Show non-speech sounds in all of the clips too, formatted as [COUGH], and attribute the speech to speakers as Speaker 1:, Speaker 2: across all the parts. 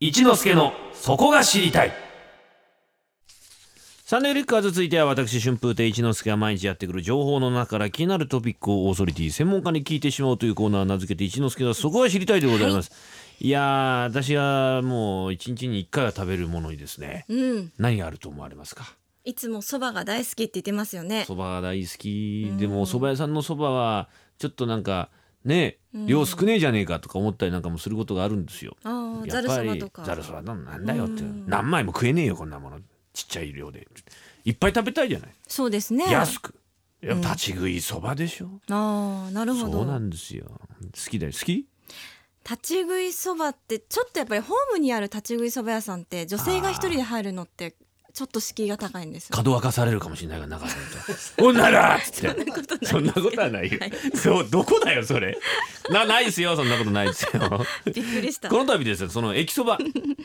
Speaker 1: 一之助のそこが知りたい
Speaker 2: サンデーリッカーズ続いては私春風亭一之輔が毎日やってくる情報の中から気になるトピックをオーソリティ専門家に聞いてしまうというコーナー名付けて一之輔はそこは知りたいでございます、 [LAUGHS] い、やー私はもう一日に一回は食べるものにですね
Speaker 3: うん、
Speaker 2: 何があると思われますか
Speaker 3: いつもそばが大好きって言ってますよね
Speaker 2: そ。ばが大好きでもそば屋さんのそばはちょっとなんかね
Speaker 3: ん
Speaker 2: 量少ねえじゃねえかとか思ったりなんかもすることがあるんですよ
Speaker 3: ああ、
Speaker 2: や
Speaker 3: ざ
Speaker 2: っ
Speaker 3: る
Speaker 2: ぱ
Speaker 3: そば
Speaker 2: り
Speaker 3: とか。
Speaker 2: ざるそばなんなんだよって
Speaker 3: うん
Speaker 2: 何枚も食えねえよこんなものちっちゃい量でいっぱい食べたいじゃない
Speaker 3: そうですね。
Speaker 2: 安くいや
Speaker 3: うん
Speaker 2: 立ち食いそばでしょ、
Speaker 3: ああ、なるほ
Speaker 2: そうな
Speaker 3: ど。
Speaker 2: んですよ好きだよ好き
Speaker 3: 立ち食いそばって、ちょっとやっぱりホームにある立ち食いそば屋さんって、女性が一人で入るのって。ちょっと敷居が高いんですよ。
Speaker 2: 角沸かされるかもしれないが中さんと「おんなら!」っつってそんなことはないよ、そうどこだよそれなないですよそんなことないですよ
Speaker 3: びっくりした。
Speaker 2: この度ですよその駅そば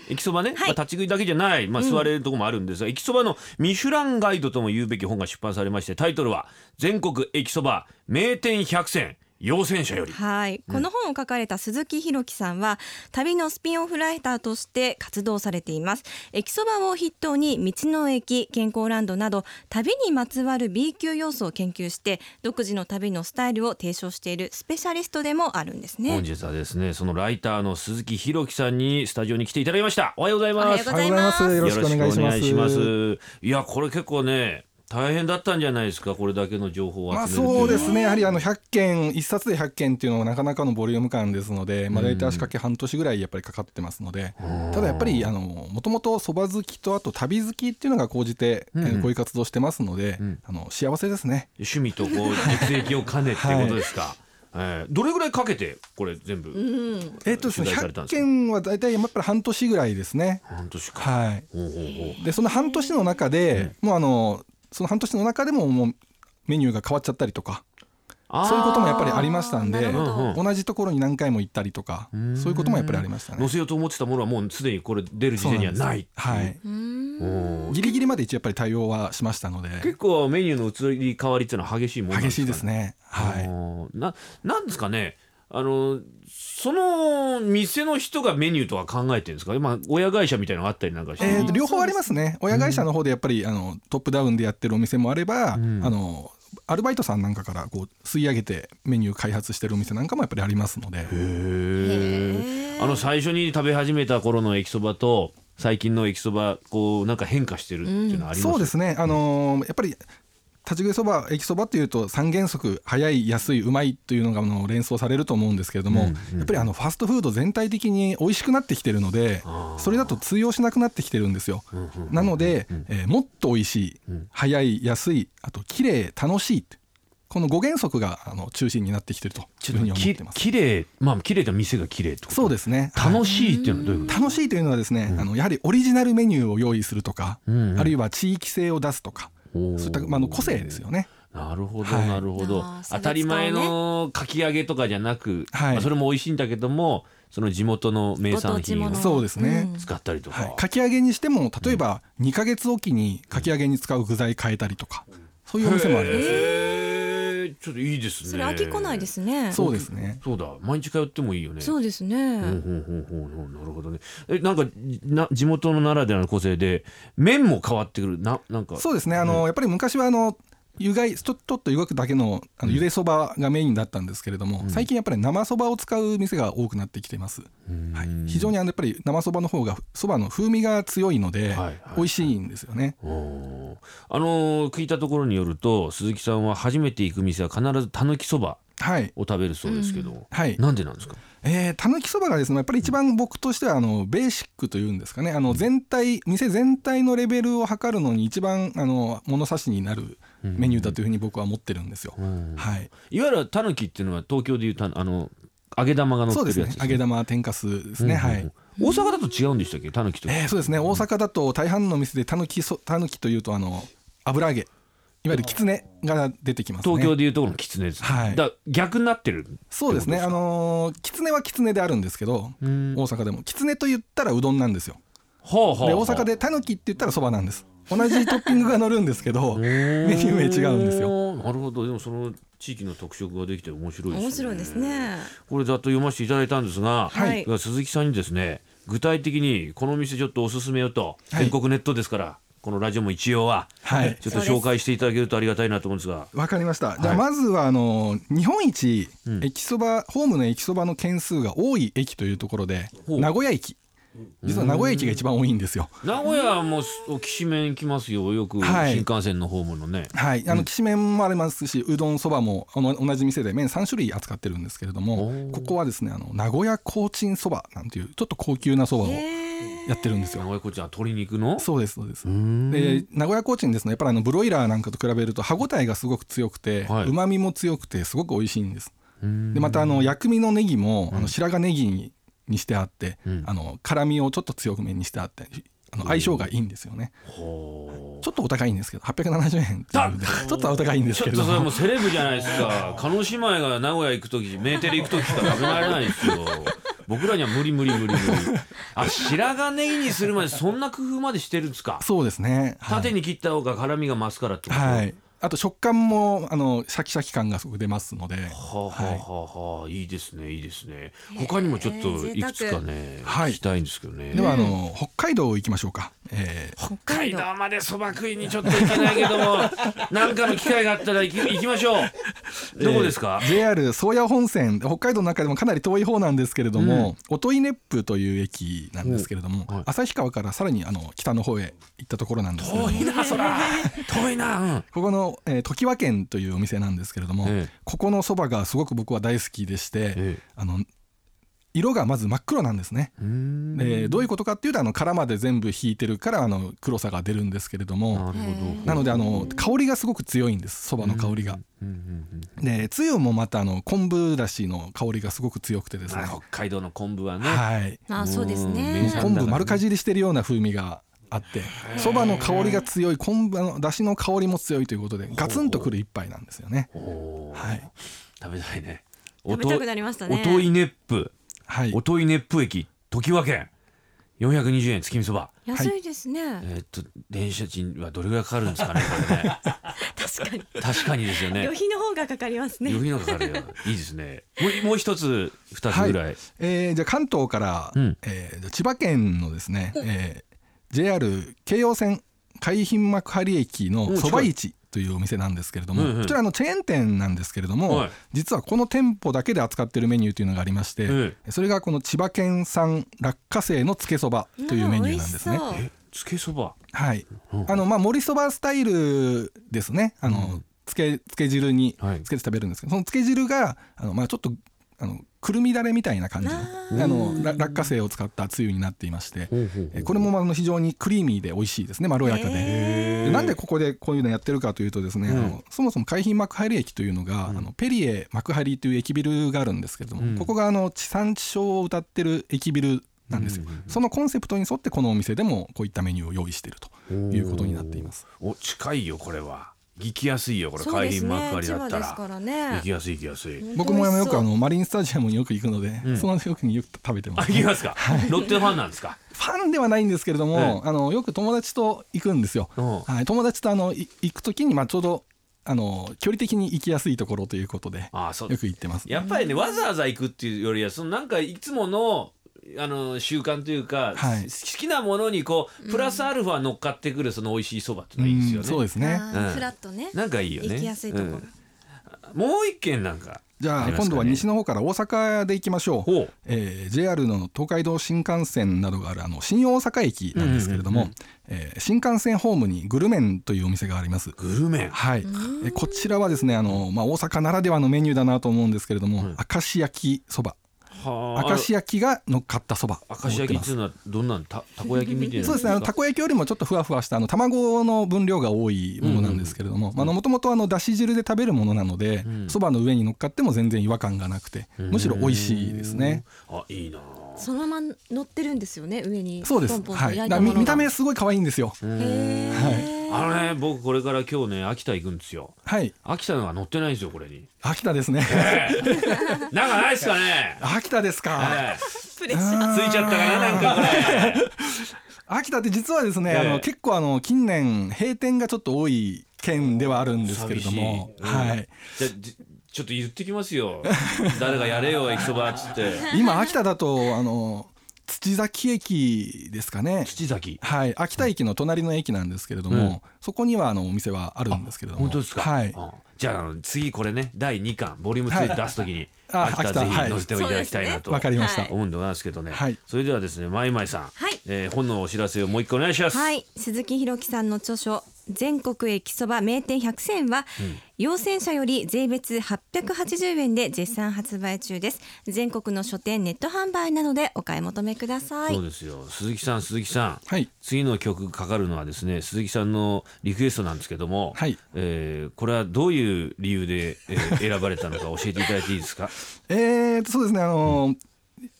Speaker 2: 駅そばね、
Speaker 3: はい
Speaker 2: まあ、立ち食いだけじゃない、まあ、座れるとこもあるんですが、駅そばの「ミシュランガイド」とも言うべき本が出版されましてタイトルは「全国駅そば名店百選要選者より」
Speaker 3: はい、この本を書かれた鈴木弘樹さんは旅のスピンオフライターとして活動されています駅そばを筆頭に道の駅健康ランドなど旅にまつわる B 級要素を研究して独自の旅のスタイルを提唱しているスペシャリストでもあるんです
Speaker 2: 本
Speaker 3: ね
Speaker 2: 日はですねそのライターの鈴木弘樹さんにスタジオに来ていただきましたおはようござい
Speaker 3: おは
Speaker 2: ま
Speaker 3: よう
Speaker 2: す
Speaker 3: ございます
Speaker 4: おはようございますよろしくお願いします
Speaker 2: よろくお願いしますいやこれ結構ね大変だったんじゃないですかこれだけの情報を集め
Speaker 4: まあ
Speaker 2: るというのは
Speaker 4: そうですねやはりあの100件1冊で100件っていうのはなかなかのボリューム感ですので、まあ、大体足掛け半年ぐらいやっぱりかかってますのでただやっぱりあのもともとそば好きとあと旅好きっていうのが講じて、えーこういう活動してますので、あの幸せですね
Speaker 2: 趣味とこう実益を兼ねってことですか、えーどれぐらいかけてこれ全部、
Speaker 4: えっとです
Speaker 2: 取
Speaker 4: ね
Speaker 2: 材されたん
Speaker 4: 100
Speaker 2: ですか
Speaker 4: 件は大体やっぱり半年ぐらいですね
Speaker 2: 半年か、
Speaker 4: はい
Speaker 2: ほうほうほ
Speaker 4: でその半年の中で、もうあのその半年の中でももうメニューが変わっちゃったりとか
Speaker 2: う
Speaker 4: そういうこともやっぱりありました
Speaker 3: あ
Speaker 4: ん
Speaker 3: ー
Speaker 4: で
Speaker 3: なる
Speaker 2: ほど
Speaker 4: 同じところに何回も行ったりとかそういうこともやっぱりありましたね
Speaker 2: 載。せようと思ってたものはもうすでにこれ出る時点にはない
Speaker 4: そうなんです
Speaker 3: うーん
Speaker 2: うん
Speaker 4: ギリギリまで一応やっぱり対応はしましたので
Speaker 2: 結構メニューの移り変わりっていうのは激しいものなん
Speaker 4: 激
Speaker 2: です
Speaker 4: しい
Speaker 2: かね
Speaker 4: ですね
Speaker 2: あ
Speaker 4: は
Speaker 2: のななんですかねあのその店の人がメニューとは考えてるんですか今親会社みたいなのがあったりなんかし
Speaker 4: い、
Speaker 2: て、
Speaker 4: えー
Speaker 3: あ
Speaker 4: と両方ありますね親会社の方でやっぱりあのトップダウンでやってるお店もあれば、
Speaker 2: ん
Speaker 4: あのアルバイトさんなんかからこう吸い上げてメニュー開発してるお店なんかもやっぱりありますので
Speaker 2: へーあの最初に食べ始めた頃の駅そばと最近の駅そばこうなんか変化してるっていうのはあります、
Speaker 4: そうですねあのーやっぱり立ち食いそば駅そばっていうと三原則早い安いうまいというのがあの連想されると思うんですけれども、やっぱりあのファストフード全体的に美味しくなってきてるのでそれだと通用しなくなってきてるんですよ、なので、えーもっと美味しい、早い安いあと綺麗楽しいこの5原則があの中心になってきてると
Speaker 2: ち
Speaker 4: いうふ
Speaker 2: ょ
Speaker 4: う
Speaker 2: っ
Speaker 4: に
Speaker 2: と
Speaker 4: 思っ
Speaker 2: き
Speaker 4: てます
Speaker 2: きれいまあきれいと店がきれいってこと
Speaker 4: そうですねはい
Speaker 2: 楽しいっていうのはどういうこと
Speaker 4: 楽しいというのはですね、あのやはりオリジナルメニューを用意するとか、
Speaker 2: ん
Speaker 4: あるいは地域性を出すとか、
Speaker 2: おー
Speaker 4: そういった、まあ、あの個性ですよね。
Speaker 2: なるほど、
Speaker 4: はい
Speaker 2: なるほど
Speaker 3: あー差
Speaker 2: 当
Speaker 3: 別化をね
Speaker 2: たり前のかき揚げとかじゃなく、
Speaker 4: はい
Speaker 2: まあそれも美味しいんだけどもその地元の名
Speaker 3: ご当
Speaker 2: 産
Speaker 3: 地
Speaker 2: 品
Speaker 3: も
Speaker 2: を
Speaker 3: の
Speaker 4: そうですね
Speaker 3: ん
Speaker 2: 使ったりとか、
Speaker 4: はい、かき揚げにしても例えば2ヶ月おきにかき揚げに使う具材変えたりとか、そういうお店もあります。
Speaker 2: へーちょっといいですね
Speaker 3: それ飽きこないですね
Speaker 4: そうですね。
Speaker 2: そうだ毎日通ってもいいよね
Speaker 3: そうです
Speaker 2: ほう
Speaker 3: ね
Speaker 2: ほうほうほうほうなるほどねえなんかな地元のならではの個性で麺も変わってくるななんか
Speaker 4: そうですね。あの、やっぱり昔はあの湯がいちょちょっと湯がくだけのあの茹でそばがメインだったんですけれども、最近やっぱり生そばを使う店が多くなってきています。はい、非常にあのやっぱり生そばの方がそばの風味が強いので、
Speaker 2: はいはい
Speaker 4: 美味しいんですよね。
Speaker 2: おーあのー聞いたところによると鈴木さんは初めて行く店は必ずたぬきそば
Speaker 4: はい。
Speaker 2: を食べるそうですけど、
Speaker 4: はい、
Speaker 2: なんでなんですか
Speaker 4: えー、たぬきそばがですねやっぱり一番僕としてはあのベーシックというんですかねあの全体店全体のレベルを測るのに一番あの物差しになるメニューだというふうに僕は思ってるんですよ。はい、
Speaker 2: いわゆるたぬきっていうのは東京でいうたあの揚げ玉が乗
Speaker 4: そう
Speaker 2: って
Speaker 4: です
Speaker 2: るや
Speaker 4: ね
Speaker 2: つです
Speaker 4: 揚げ玉天かすですね、はい
Speaker 2: 大阪だと違うんでしたっけたぬきとか
Speaker 4: えーそうですね大阪だと大半の店でたぬきそたぬきというとあの油揚げいわゆるきつねが出てきますね。
Speaker 2: 東京でいうところのきつねです、
Speaker 4: はい
Speaker 2: だから逆になってる
Speaker 4: そうですねあのーきつねはきつねであるんですけど大阪でもきつねと言ったらうどんなんですよ。
Speaker 2: ほうほう
Speaker 4: で
Speaker 2: ほ
Speaker 4: 大
Speaker 2: う
Speaker 4: 阪でたぬきって言ったらそばなんです同じトッピングが乗るんです
Speaker 2: [LAUGHS]
Speaker 4: けどメニュー名違うんですよ
Speaker 2: おーなるほどでもその地域の特色ができて面白いですね
Speaker 3: 面白いですね
Speaker 2: これざっと読ませていただいたんですが、
Speaker 3: はい
Speaker 2: では鈴木さんにですね具体的にこの店ちょっとおすすめよと全国ネットですから、このラジオも一応は、
Speaker 4: はい
Speaker 2: ちょっと紹介していただけるとありがたいなと思うんですが
Speaker 4: わかりました。じ
Speaker 2: は
Speaker 4: ゃあ
Speaker 2: い
Speaker 4: まずはあの日本一
Speaker 2: ん
Speaker 4: 駅そば、ホームの駅そばの件数が多い駅というところで
Speaker 2: ほう
Speaker 4: 名古屋駅実は名古屋駅が一番多いんですよ。
Speaker 2: 名古屋もきしめん来ますよよく
Speaker 4: はい
Speaker 2: 新幹線のホームのね、
Speaker 4: はい、あのきしめんもありますし、うどんそばもあの同じ店で麺3種類扱ってるんですけれど
Speaker 2: お
Speaker 4: も
Speaker 2: ー
Speaker 4: ここはですねあの名古屋コーチンそばなんていうちょっと高級なそばをやってるんです
Speaker 2: 名
Speaker 4: よ。
Speaker 2: 古屋こっちは鶏肉の
Speaker 4: そうですそうです
Speaker 2: うーん
Speaker 4: で名古屋コーチンですねやっぱりあのブロイラーなんかと比べると歯ごたえがすごく強くて
Speaker 2: はいう
Speaker 4: まみも強くてすごく美味しいんです。
Speaker 2: うーん
Speaker 4: でまたあの薬味のネギも、あの白髪ネギににしてあって、
Speaker 2: うん
Speaker 4: あの辛みをちょっと強めにしてあってあの相性がいいんですよね、
Speaker 2: ほー
Speaker 4: ちょっとお高いんですけど870円っていうので
Speaker 2: だ
Speaker 4: [LAUGHS] ちょっとお高いんです
Speaker 2: ちょ
Speaker 4: け
Speaker 2: っ
Speaker 4: れ
Speaker 2: と
Speaker 4: ど
Speaker 2: それも
Speaker 4: も
Speaker 2: うセレブじゃないですか叶姉妹が名古屋行く時メーテル行く時しか食べられないですよ僕らには無理無理無理無理あ白髪ネギにするまでそんな工夫までしてるんですか
Speaker 4: そうですねはい、
Speaker 2: 縦に切った方が辛みが増すからってこと
Speaker 4: はいあと食感もあのシャキシャキ感がすごく出ますので
Speaker 2: はあ、はあはあはあ、いいですねいいですね他にもちょっといくつかね、
Speaker 4: はい
Speaker 2: 聞きたいんですけどね
Speaker 4: ではあの北海道行きましょうか、えー
Speaker 2: 北海道までそば食いにちょっと行けないけどもなんかの機会があったら行き行きましょうどこですか、
Speaker 4: えー JR 宗谷本線北海道の中でもかなり遠い方なんですけれども、音威熱風という駅なんですけれども、
Speaker 2: おはい
Speaker 4: 旭川からさらにあの北の方へ行ったところなんですけれども
Speaker 2: 遠いなそら遠いな、うん
Speaker 4: ここの、えー、時和軒というお店なんですけれども、
Speaker 2: ええ
Speaker 4: ここのそばがすごく僕は大好きでして、
Speaker 2: ええ
Speaker 4: あの色がまず真っ黒なんですね。
Speaker 2: うーん
Speaker 4: でどういうことかっていうとあの殻まで全部引いてるからあの黒さが出るんですけれど
Speaker 2: な
Speaker 4: も
Speaker 2: るほど
Speaker 4: なのであの香りがすごく強いんですそばの香りが。
Speaker 2: うんうん
Speaker 4: でつゆもまたあの昆布だしの香りがすごく強くてで
Speaker 2: う
Speaker 4: す
Speaker 2: ん、
Speaker 4: ね
Speaker 2: あ。北海道の昆布はね、
Speaker 4: はい
Speaker 3: あそうです
Speaker 2: うん名
Speaker 3: ね
Speaker 2: 産
Speaker 4: 昆布丸かじりしてるような風味があってそばの香りが強い昆布のだしの香りも強いということでガツンとくる一杯なんですよね。
Speaker 2: おー
Speaker 4: はい
Speaker 2: 食べたいね
Speaker 3: 食べたくなりましたね
Speaker 2: 音い熱風
Speaker 4: はい、
Speaker 2: 音い熱風駅時和県420円月見そば
Speaker 3: 安いですね
Speaker 2: えーっと電車賃はどれぐらいかかるんですかねこれね
Speaker 3: 確かに
Speaker 2: 確かにですよね
Speaker 3: 旅費の方がかかりますね
Speaker 2: 余裕のかかるよいいですねもうもう一つ二つぐらい、
Speaker 4: えーじゃあ関東から、
Speaker 2: うん
Speaker 4: えーじゃあ千葉県のですね、えー JR 京葉線海浜幕張駅
Speaker 2: お
Speaker 4: の
Speaker 2: 近い
Speaker 4: そば市というお店なんですけれども、
Speaker 2: うんうん
Speaker 4: こちらあのチェーン店なんですけれども、
Speaker 2: はい
Speaker 4: 実はこの店舗だけで扱ってるメニューというのがありまして、
Speaker 2: え
Speaker 4: それがこの千葉県産落花生のつけそばというメニューなんですね。
Speaker 3: 美味しそう
Speaker 2: つけそば
Speaker 4: はい
Speaker 2: うん、
Speaker 4: あのまあ盛りそばスタイルですね。あの、つけつけ汁に
Speaker 2: はい
Speaker 4: つけて食べるんですけど、そのつけ汁があのまあちょっとあのくるみだれみたいな感じのあのら落花生を使ったつゆになっていまして、えこれもあの非常にクリーミーで美味しいですね。まろやかで。でなんでここでこういうのやってるかというとですね、あのそもそも海浜幕張駅というのが、あのペリエ幕張という駅ビルがあるんですけれども、ここがあの地産地消を歌ってる駅ビルなんですよ、そのコンセプトに沿ってこのお店でもこういったメニューを用意しているということになっています。
Speaker 2: お近いよこれは行きやすいよこれ
Speaker 3: そうで
Speaker 2: 海
Speaker 3: す
Speaker 2: 浜幕
Speaker 3: ね
Speaker 2: 張
Speaker 3: 千
Speaker 2: だ
Speaker 3: 葉
Speaker 2: った
Speaker 3: で
Speaker 2: ら
Speaker 3: すから
Speaker 2: 行
Speaker 3: ね
Speaker 2: きやすい行きやすい
Speaker 4: 僕もあのよくあ
Speaker 3: 本
Speaker 4: のマリンスタジアムによく行くので、
Speaker 2: ん
Speaker 4: その時によく食べてま
Speaker 2: あ
Speaker 4: す。
Speaker 2: 行きますか、ロッテファンなんですか
Speaker 4: ファンではないんですけれども、あのよく友達と行くんですよ。
Speaker 2: うん
Speaker 4: はい、友達とあのい行く時にまあちょうどあの距離的に行きやすいところということで
Speaker 2: あそう
Speaker 4: よく行ってます。
Speaker 2: やっぱりねわざわざ行くっていうよりはそのなんかいつものあの習慣というか、
Speaker 4: はい
Speaker 2: 好きなものにこうプラスアルファ乗っかってくるその美味しいそばっていうのはいいですよ
Speaker 4: うん
Speaker 2: ね、
Speaker 4: そうです
Speaker 3: 当美味し
Speaker 4: ね
Speaker 3: そ
Speaker 2: ね
Speaker 3: う。あーフラットね
Speaker 2: なんかいいよね
Speaker 3: 行きやすいところ
Speaker 2: うんもう一軒なんか
Speaker 4: じゃあ
Speaker 2: りますかね
Speaker 4: 今度は西の方から大阪で行きましょう
Speaker 2: ほう
Speaker 4: えー JR の東海道新幹線などがあるあの新大阪駅なんですけれども、えー新幹線ホームにグルメンというお店があります。
Speaker 2: グルメ
Speaker 4: はい、えこちらはですねあの、まあ、大阪ならではのメニューだなと思うんですけれども、
Speaker 2: い
Speaker 4: 明石焼きそば
Speaker 2: はあ
Speaker 4: 明石焼きが乗っかったそば
Speaker 2: 明石焼きっていうのはどんなんたたこ焼きみたいな
Speaker 4: そうですねあのたこ焼きよりもちょっとふわふわしたあの卵の分量が多いものなんですけれどももともとだし汁で食べるものなのでそば、の上に乗っかっても全然違和感がなくてむしろ美味しいですね。
Speaker 2: あいいな
Speaker 3: そのまま乗ってるんですよね上に
Speaker 4: そうです
Speaker 3: ポンポンと
Speaker 4: は
Speaker 3: 焼
Speaker 4: い、
Speaker 3: い
Speaker 4: だ
Speaker 3: た
Speaker 4: から
Speaker 3: もの
Speaker 4: 見
Speaker 3: が
Speaker 4: 見た目すごい可愛いんですよ。
Speaker 3: へー
Speaker 2: あのね僕これから今日ね秋田行くんですよ
Speaker 4: はい
Speaker 2: 秋田のが乗ってないんですよこれに
Speaker 4: 秋
Speaker 2: [LAUGHS]
Speaker 4: 田ですね。
Speaker 2: なんかないっすかね
Speaker 4: 秋田ですか。
Speaker 2: ええ
Speaker 3: プレッシャー
Speaker 2: ついちゃったかななんかこれ
Speaker 4: 秋田って実はですね、
Speaker 2: ええ
Speaker 4: あの結構あの近年閉店がちょっと多い県ではあるんですけれども、
Speaker 2: 寂しいうん
Speaker 4: はい。
Speaker 2: じゃじちょっと言ってきますよ誰がやれよ駅そばっつって
Speaker 4: 今秋田だとあの土崎駅ですかね
Speaker 2: 土崎
Speaker 4: はい、秋田駅の隣の駅なんですけれども、
Speaker 2: うん
Speaker 4: そこにはあのお店はあるんですけれども
Speaker 2: 本当ですか、
Speaker 4: はい
Speaker 2: うんじゃああの次これね第2巻ボリューム
Speaker 4: は
Speaker 2: 2
Speaker 4: い
Speaker 2: 出すときに
Speaker 4: あ
Speaker 2: 秋田ぜ
Speaker 4: 秋田
Speaker 2: ひ
Speaker 4: はい
Speaker 2: 載せていただきたいなと
Speaker 4: わかりました、
Speaker 3: はい
Speaker 2: 思うんでございますけどね、
Speaker 4: はい
Speaker 2: それではですねまいまいさん、
Speaker 3: はい
Speaker 2: えー本のお知らせをもう一個お願いします、
Speaker 3: はい、鈴木弘樹さんの著書全国駅そば名店100選は、陽性者より税別880円で絶賛発売中です全国の書店ネット販売などでお買い求めください
Speaker 2: そうですよ鈴木さん鈴木さん、
Speaker 4: はい
Speaker 2: 次の曲かかるのはですね鈴木さんのリクエストなんですけども、
Speaker 4: はい
Speaker 2: えーこれはどういう理由で、えー選ばれたのか教えていただいていい [LAUGHS] ですか
Speaker 4: えーとそうですねあのー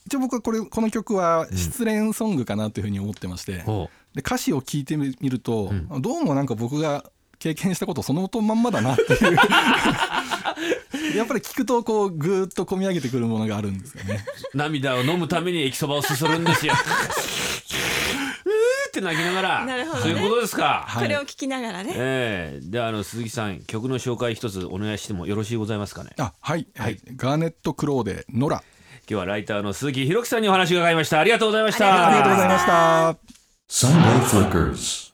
Speaker 4: 一応僕はこれこの曲は失恋ソングかなというふうに思ってまして、で
Speaker 2: ほう
Speaker 4: 歌詞を聞いてみると、どうもなんか僕が経験したことそのまんまだなっていう [LAUGHS] やっぱり聞くとこうぐーっと込み上げてくるものがあるんですよね
Speaker 2: 涙を飲むために駅そばをすするんですよ [LAUGHS] うーって泣きながら
Speaker 3: なるほどね
Speaker 2: そういうことですか、
Speaker 4: はい
Speaker 3: これを聞きながらね、
Speaker 2: ええであの鈴木さん曲の紹介一つお願いしてもよろしいございますかね今
Speaker 4: あはい、はい、ガーネット・クローで「ノラ」
Speaker 2: 日はライターの鈴木ひろきさんにお話を伺いましたありがとうございました
Speaker 3: ありがとうございました
Speaker 4: ありがとうございました
Speaker 1: Sunday Flickers.